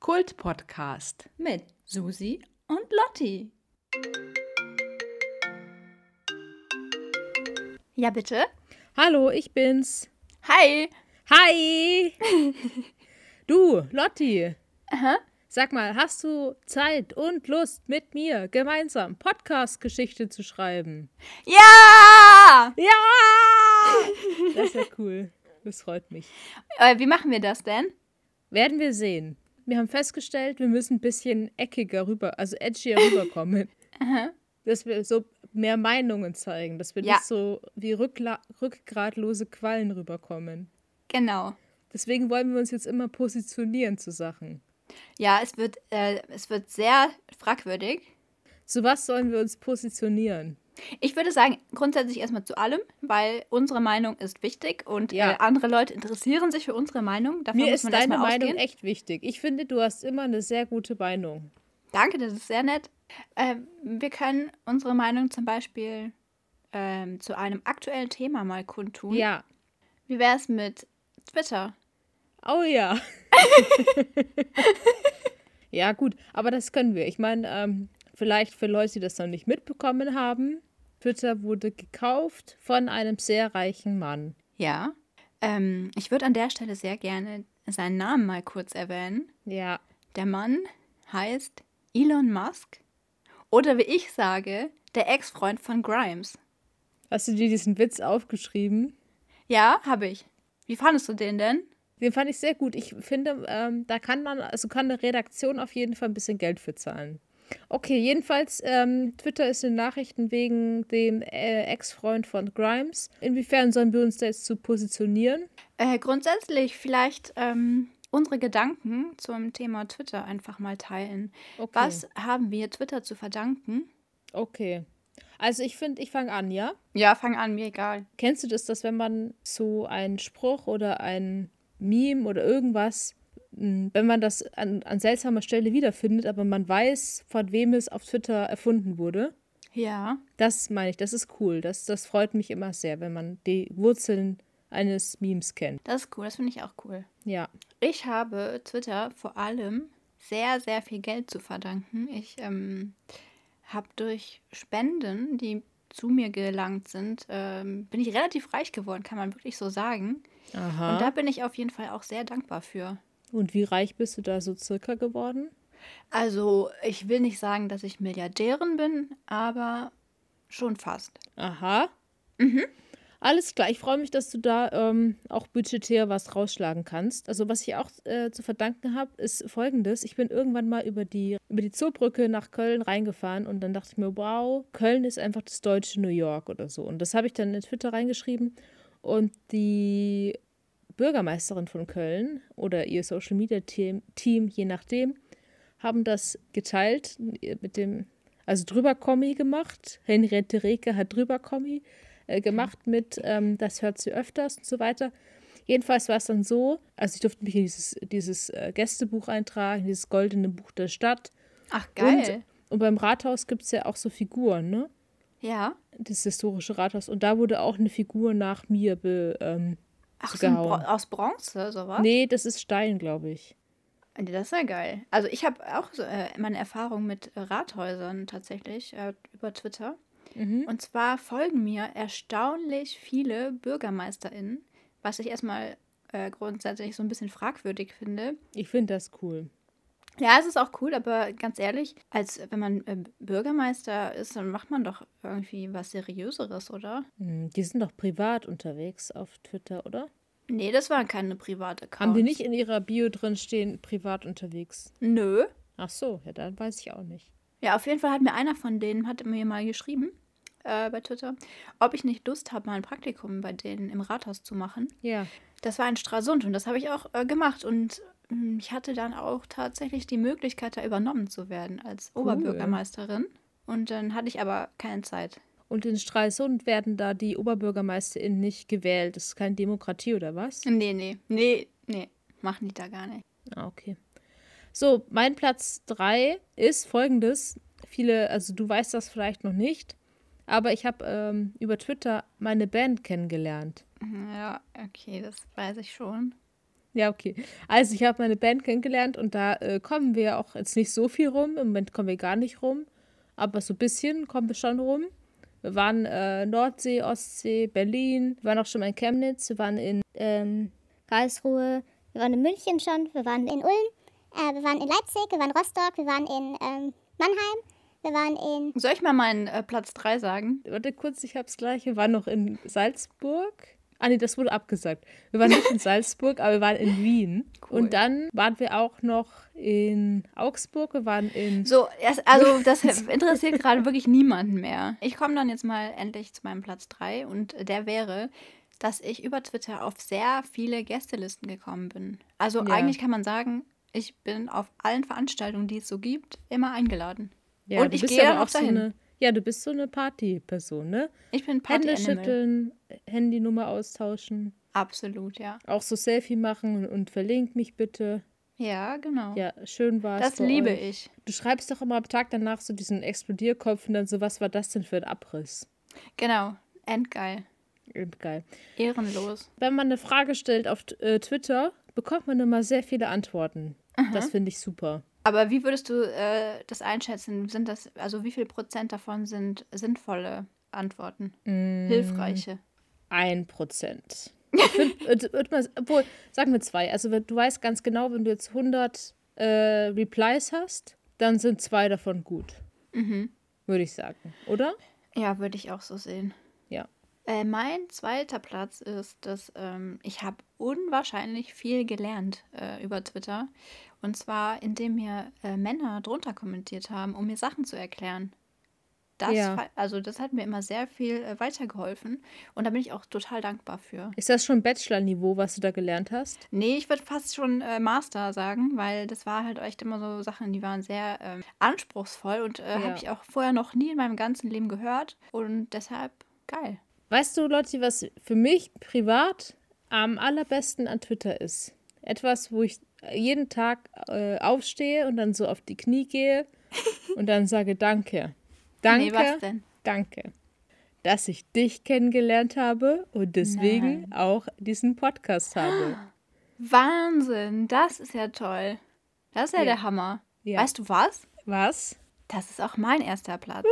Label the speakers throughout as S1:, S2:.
S1: Kult Podcast
S2: mit Susi und Lotti. Ja, bitte.
S1: Hallo, ich bin's.
S2: Hi.
S1: Hi! Du, Lotti,
S2: Aha.
S1: sag mal, hast du Zeit und Lust, mit mir gemeinsam Podcast-Geschichte zu schreiben?
S2: Ja!
S1: Ja! Das ist ja cool. Das freut mich.
S2: Äh, wie machen wir das denn?
S1: Werden wir sehen. Wir haben festgestellt, wir müssen ein bisschen eckiger rüber, also edgier rüberkommen. dass wir so mehr Meinungen zeigen, dass wir
S2: Ja.
S1: nicht so wie rückla- rückgratlose Quallen rüberkommen.
S2: Genau.
S1: Deswegen wollen wir uns jetzt immer positionieren zu Sachen.
S2: Ja, es wird, äh, es wird sehr fragwürdig.
S1: Zu was sollen wir uns positionieren?
S2: Ich würde sagen, grundsätzlich erstmal zu allem, weil unsere Meinung ist wichtig und
S1: Ja.
S2: äh, andere Leute interessieren sich für unsere Meinung. Davon
S1: Mir
S2: muss
S1: ist
S2: man
S1: deine
S2: erstmal
S1: Meinung
S2: ausgehen.
S1: echt wichtig. Ich finde, du hast immer eine sehr gute Meinung.
S2: Danke, das ist sehr nett. Ähm, wir können unsere Meinung zum Beispiel ähm, zu einem aktuellen Thema mal kundtun.
S1: Ja.
S2: Wie wäre es mit Twitter?
S1: Oh ja. ja, gut, aber das können wir. Ich meine, ähm, vielleicht für Leute, die das noch nicht mitbekommen haben, Twitter wurde gekauft von einem sehr reichen Mann.
S2: Ja. Ähm, ich würde an der Stelle sehr gerne seinen Namen mal kurz erwähnen.
S1: Ja.
S2: Der Mann heißt Elon Musk oder wie ich sage, der Ex-Freund von Grimes.
S1: Hast du dir diesen Witz aufgeschrieben?
S2: Ja, habe ich. Wie fandest du den denn?
S1: Den fand ich sehr gut. Ich finde, ähm, da kann man, also kann eine Redaktion auf jeden Fall ein bisschen Geld für zahlen. Okay, jedenfalls, ähm, Twitter ist in Nachrichten wegen dem äh, Ex-Freund von Grimes. Inwiefern sollen wir uns da jetzt zu positionieren?
S2: Äh, grundsätzlich vielleicht ähm, unsere Gedanken zum Thema Twitter einfach mal teilen.
S1: Okay.
S2: Was haben wir Twitter zu verdanken?
S1: Okay. Also ich finde, ich fange an, ja?
S2: Ja, fang an, mir egal.
S1: Kennst du das, dass wenn man so einen Spruch oder ein Meme oder irgendwas, m, wenn man das an, an seltsamer Stelle wiederfindet, aber man weiß, von wem es auf Twitter erfunden wurde?
S2: Ja.
S1: Das meine ich, das ist cool. Das, das freut mich immer sehr, wenn man die Wurzeln eines Memes kennt.
S2: Das ist cool, das finde ich auch cool.
S1: Ja.
S2: Ich habe Twitter vor allem sehr, sehr viel Geld zu verdanken. Ich ähm, habe durch Spenden, die zu mir gelangt sind, ähm, bin ich relativ reich geworden, kann man wirklich so sagen.
S1: Aha.
S2: Und da bin ich auf jeden Fall auch sehr dankbar für.
S1: Und wie reich bist du da so circa geworden?
S2: Also, ich will nicht sagen, dass ich Milliardärin bin, aber schon fast.
S1: Aha. Alles klar, ich freue mich, dass du da ähm, auch budgetär was rausschlagen kannst. Also was ich auch äh, zu verdanken habe, ist folgendes. Ich bin irgendwann mal über die, über die Zoobrücke nach Köln reingefahren und dann dachte ich mir, wow, Köln ist einfach das deutsche New York oder so. Und das habe ich dann in Twitter reingeschrieben. Und die Bürgermeisterin von Köln oder ihr Social Media Team, Team je nachdem, haben das geteilt äh, mit dem, also drüber Kommi gemacht. Henriette Reke hat drüber Kommi äh, gemacht mit, ähm, das hört sie öfters und so weiter. Jedenfalls war es dann so, also ich durfte mich in dieses, dieses äh, Gästebuch eintragen, dieses goldene Buch der Stadt.
S2: Ach, geil.
S1: Und, und beim Rathaus gibt es ja auch so Figuren, ne?
S2: ja.
S1: Das historische Rathaus. Und da wurde auch eine Figur nach mir be, ähm,
S2: Ach, so ein
S1: gehauen.
S2: Bro aus Bronze, sowas?
S1: Nee, das ist Stein, glaube ich.
S2: Nee, Das ist ja geil. Also ich habe auch so, äh, meine Erfahrung mit äh, Rathäusern tatsächlich äh, über Twitter.
S1: Mhm.
S2: Und zwar folgen mir erstaunlich viele BürgermeisterInnen, was ich erstmal äh, grundsätzlich so ein bisschen fragwürdig finde.
S1: Ich finde das cool.
S2: Ja, es ist auch cool, aber ganz ehrlich, als wenn man äh, Bürgermeister ist, dann macht man doch irgendwie was Seriöseres, oder?
S1: Hm, Die sind doch privat unterwegs auf Twitter, oder?
S2: Nee, das waren keine private Accounts.
S1: Haben die nicht in ihrer Bio drin stehen, privat unterwegs?
S2: Nö.
S1: Ach so, ja, dann weiß ich auch nicht.
S2: Ja, auf jeden Fall hat mir einer von denen, hat mir mal geschrieben äh, bei Twitter, ob ich nicht Lust habe, mal ein Praktikum bei denen im Rathaus zu machen.
S1: Ja.
S2: Das war in Stralsund und das habe ich auch äh, gemacht. Und mh, ich hatte dann auch tatsächlich die Möglichkeit, da übernommen zu werden als Oberbürgermeisterin. Und dann hatte ich aber keine Zeit.
S1: Und in Stralsund werden da die OberbürgermeisterInnen nicht gewählt. Das ist keine Demokratie oder was?
S2: Nee, nee, nee, nee, machen die da gar nicht.
S1: Ah, okay. So, mein Platz 3 ist folgendes. Viele, also du weißt das vielleicht noch nicht, aber ich habe ähm, über
S2: Hm,
S1: Twitter meine Band kennengelernt.
S2: Ja, okay, das weiß ich schon.
S1: Ja, okay. Also ich habe meine Band kennengelernt und da äh, kommen wir auch jetzt nicht so viel rum. Im Moment kommen wir gar nicht rum, aber so ein bisschen kommen wir schon rum. Wir waren äh, Nordsee, Ostsee, Berlin, wir waren auch schon mal in Chemnitz, wir waren in
S3: ähm, Karlsruhe,
S4: Wir waren in München schon, wir waren in,
S3: in Ulm, äh, wir waren in Leipzig, wir waren in Rostock, wir waren in ähm, Mannheim, wir waren in
S2: Soll ich mal meinen äh, Platz 3 sagen?
S1: Warte kurz, ich hab's gleich. Wir waren noch in Salzburg. Ah nee, das wurde abgesagt. Wir waren nicht in Salzburg, aber wir waren in Wien.
S2: Cool.
S1: Und dann waren wir auch noch in Augsburg, wir waren in
S2: So, erst, also das interessiert gerade wirklich niemanden mehr. Ich komme dann jetzt mal endlich zu meinem Platz 3 und der wäre, dass ich über Twitter auf sehr viele Gästelisten gekommen bin. Also
S1: Ja.
S2: eigentlich kann man sagen, ich bin auf allen Veranstaltungen, die es so gibt, immer eingeladen.
S1: ja,
S2: und
S1: du
S2: ich
S1: bist
S2: gehe
S1: aber
S2: dann auch dahin.
S1: So eine, ja, du bist so eine Partyperson, ne?
S2: Ich bin Party
S1: Hände
S2: Animal.
S1: schütteln, Handynummer austauschen,
S2: Absolut, ja.
S1: auch so Selfie machen und, und verlink mich bitte.
S2: Ja, genau.
S1: Ja, schön war's.
S2: das
S1: bei
S2: liebe
S1: euch.
S2: ich.
S1: Du schreibst doch immer am Tag danach so diesen Explodierkopf und dann so, was war das denn für ein Abriss?
S2: Genau. Endgeil.
S1: Eben Geil.
S2: Ehrenlos.
S1: Wenn man eine Frage stellt auf T- äh, Twitter, bekommt man immer sehr viele Antworten. Das finde ich super.
S2: Aber wie würdest du äh, das einschätzen? Sind das, also wie viel Prozent davon sind sinnvolle Antworten?
S1: Mm.
S2: Hilfreiche.
S1: Ein Prozent. Ich find, äh, wird man- Obwohl, sagen wir zwei. Also wenn- du weißt ganz genau, wenn du jetzt 100 äh, Replies hast, dann sind zwei davon gut. Würde ich sagen, oder?
S2: Mhm. Ja, würde ich auch so sehen.
S1: Ja.
S2: Äh, mein zweiter Platz ist, dass ähm, ich habe unwahrscheinlich viel gelernt äh, über Twitter. Und zwar, indem mir äh, Männer drunter kommentiert haben, um mir Sachen zu erklären. Das,
S1: Ja.
S2: fa- also das hat mir immer sehr viel äh, weitergeholfen und da bin ich auch total dankbar für.
S1: Ist das schon Bachelor-Niveau, was du da gelernt hast?
S2: Nee, ich würde fast schon äh, Master sagen, weil das war halt echt immer so Sachen, die waren sehr ähm, anspruchsvoll und äh,
S1: Ja.
S2: habe ich auch vorher noch nie in meinem ganzen Leben gehört und deshalb geil.
S1: Weißt du, Lotti, was für mich privat am allerbesten an Twitter ist? Etwas, wo ich jeden Tag äh, aufstehe und dann so auf die Knie gehe und dann sage Danke. Danke.
S2: Nee, was denn?
S1: Danke. Dass ich dich kennengelernt habe und deswegen auch diesen Podcast habe.
S2: Wahnsinn, das ist ja toll. Das ist ja,
S1: Ja.
S2: der Hammer.
S1: Ja.
S2: Weißt du was?
S1: Was?
S2: Das ist auch mein erster Platz.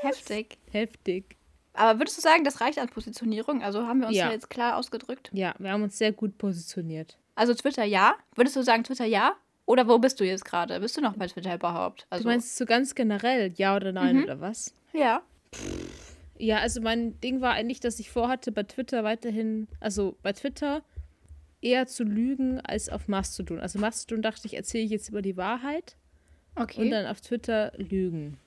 S2: Heftig.
S1: Heftig.
S2: Aber würdest du sagen, das reicht an Positionierung? Also haben wir uns
S1: Ja.
S2: ja jetzt klar ausgedrückt.
S1: Ja, wir haben uns sehr gut positioniert.
S2: Also Twitter ja? Würdest du sagen Twitter ja? Oder wo bist du jetzt gerade? Bist du noch bei Twitter überhaupt?
S1: Du
S2: Also, Mhm.
S1: meinst so ganz generell, ja oder nein oder was?
S2: ja.
S1: Ja, also mein Ding war eigentlich, dass ich vorhatte, bei Twitter weiterhin, also bei Twitter eher zu lügen als auf Mastodon. Also Mastodon dachte ich, erzähle ich jetzt über die Wahrheit
S2: Okay.
S1: und dann auf Twitter lügen.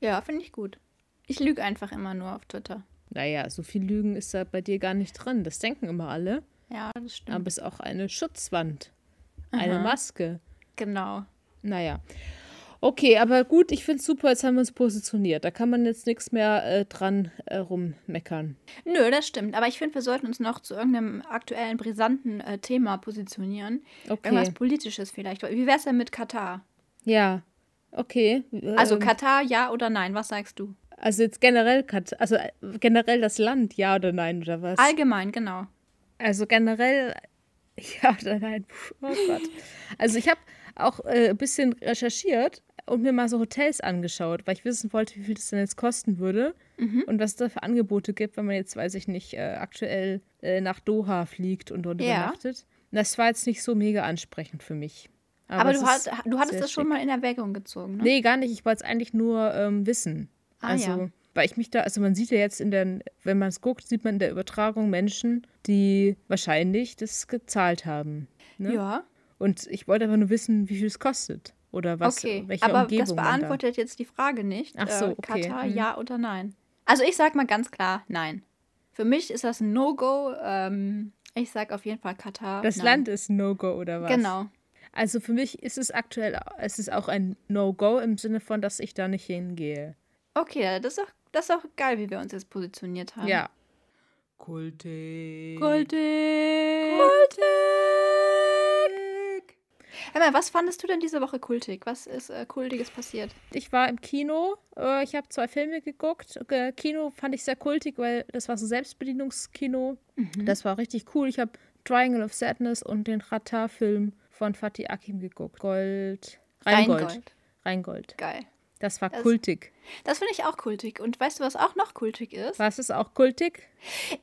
S2: Ja, finde ich gut. Ich lüge einfach immer nur auf Twitter.
S1: Naja, so viel Lügen ist da bei dir gar nicht drin. Das denken immer alle.
S2: Ja, das stimmt.
S1: Aber es ist auch eine Schutzwand, eine Maske.
S2: genau.
S1: Naja. Okay, aber gut, ich finde es super, jetzt haben wir uns positioniert. Da kann man jetzt nichts mehr äh, dran äh, rummeckern.
S2: Nö, das stimmt. Aber ich finde, wir sollten uns noch zu irgendeinem aktuellen, brisanten äh, Thema positionieren.
S1: Okay.
S2: Irgendwas Politisches vielleicht. Wie wäre es denn mit Katar?
S1: Ja, okay.
S2: Also
S1: ähm,
S2: Katar, ja oder nein? Was sagst du?
S1: Also jetzt generell, Kat- also äh, generell das Land, ja oder nein oder was?
S2: Allgemein, genau.
S1: Also generell, ja oder nein. Puh, Oh Gott. Also ich habe auch äh, ein bisschen recherchiert und mir mal so Hotels angeschaut, weil ich wissen wollte, wie viel das denn jetzt kosten würde
S2: Mhm.
S1: und was es da für Angebote gibt, wenn man jetzt, weiß ich nicht, äh, aktuell äh, nach Doha fliegt und dort
S2: Ja.
S1: übernachtet. Und das war jetzt nicht so mega ansprechend für mich.
S2: Aber,
S1: es
S2: du,
S1: ist
S2: hast, du hattest
S1: sehr
S2: das schon
S1: schick.
S2: mal in Erwägung gezogen, ne?
S1: Nee, gar nicht. Ich wollte es eigentlich nur ähm, wissen.
S2: Ah,
S1: also,
S2: ja.
S1: weil ich mich da, also man sieht ja jetzt in der, wenn man es guckt, sieht man in der Übertragung Menschen, die wahrscheinlich das gezahlt haben. Ne?
S2: Ja,
S1: Und ich wollte aber nur wissen, wie viel es kostet oder was,
S2: okay.
S1: welche
S2: Aber
S1: Umgebung
S2: das
S1: man
S2: beantwortet jetzt die Frage nicht.
S1: Ach so,
S2: Äh,
S1: okay.
S2: Katar,
S1: Hm.
S2: ja oder nein? Also ich sag mal ganz klar, nein. Für mich ist das ein No-Go. Ähm, ich sag auf jeden Fall Katar.
S1: Da. Das
S2: nein.
S1: Land ist ein No-Go oder was?
S2: Genau.
S1: Also für mich ist es aktuell, es ist auch ein No-Go im Sinne von, dass ich da nicht hingehe.
S2: Okay, das ist, auch, das ist auch geil, wie wir uns jetzt positioniert haben.
S1: Ja.
S2: Kultig. Kultig. Hör mal, was fandest du denn diese Woche kultig? Was ist äh, Kultiges passiert?
S1: Ich war im Kino, äh, ich habe zwei Filme geguckt. Äh,
S2: Mhm.
S1: Kino fand ich sehr kultig, weil das war so Selbstbedienungskino. Das war richtig cool. Ich habe Triangle of Sadness und den Ratar-Film von Fatih Akim geguckt. Gold. Rheingold. Rheingold.
S2: Rheingold. Geil.
S1: Das war
S2: Das-
S1: kultig.
S2: Das finde ich auch kultig. Und weißt du, was auch noch kultig ist?
S1: Was ist auch kultig?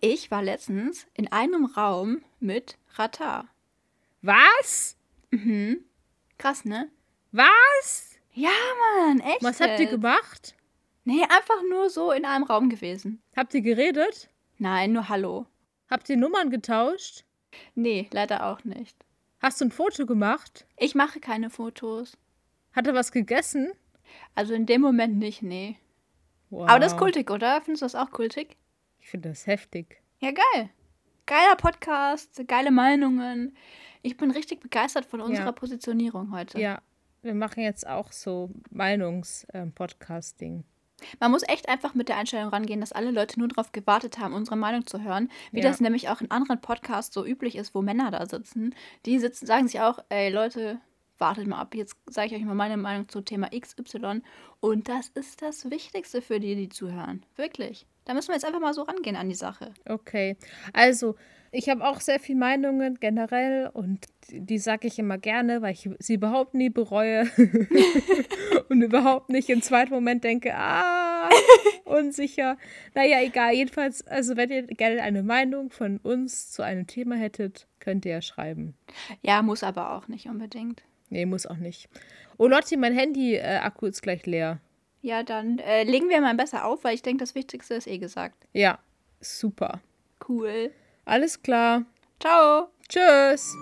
S2: Ich war letztens in einem Raum mit Rata.
S1: Was?
S2: Mhm. Krass, ne?
S1: Was?
S2: Ja, Mann, echt.
S1: Was habt ihr
S2: jetzt.
S1: gemacht?
S2: Nee, einfach nur so in einem Raum gewesen.
S1: Habt ihr geredet?
S2: Nein, nur Hallo.
S1: Habt ihr Nummern getauscht?
S2: Nee, leider auch nicht.
S1: Hast du ein Foto gemacht?
S2: Ich mache keine Fotos.
S1: Hat er was gegessen?
S2: Also in dem Moment nicht, nee.
S1: Wow.
S2: Aber das ist kultig, oder? Findest du das auch kultig?
S1: Ich finde das heftig.
S2: Ja, geil. Geiler Podcast, geile Meinungen. Ich bin richtig begeistert von unserer Positionierung heute.
S1: Ja, wir machen jetzt auch so ähm, Meinungs-Podcasting.
S2: Man muss echt einfach mit der Einstellung rangehen, dass alle Leute nur darauf gewartet haben, unsere Meinung zu hören. Wie
S1: Ja.
S2: das nämlich auch in anderen Podcasts so üblich ist, wo Männer da sitzen. Die sitzen, sagen sich auch, ey Leute, wartet mal ab, jetzt sage ich euch mal meine Meinung zu Thema XY. Und das ist das Wichtigste für die, die zuhören. Wirklich. Da müssen wir jetzt einfach mal so rangehen an die Sache.
S1: Okay. Also, ich habe auch sehr viele Meinungen generell und die, die sage ich immer gerne, weil ich sie überhaupt nie bereue und überhaupt nicht im zweiten Moment denke, ah, unsicher. Naja, egal. Jedenfalls, also wenn ihr gerne eine Meinung von uns zu einem Thema hättet, könnt ihr ja schreiben.
S2: Ja, muss aber auch nicht unbedingt.
S1: Nee, muss auch nicht. Oh Lotti, mein Handy-Akku ist gleich leer.
S2: Ja, dann äh, legen wir mal besser auf, weil ich denke, das Wichtigste ist eh gesagt.
S1: Ja, super.
S2: Cool.
S1: Alles klar.
S2: Ciao.
S1: Tschüss.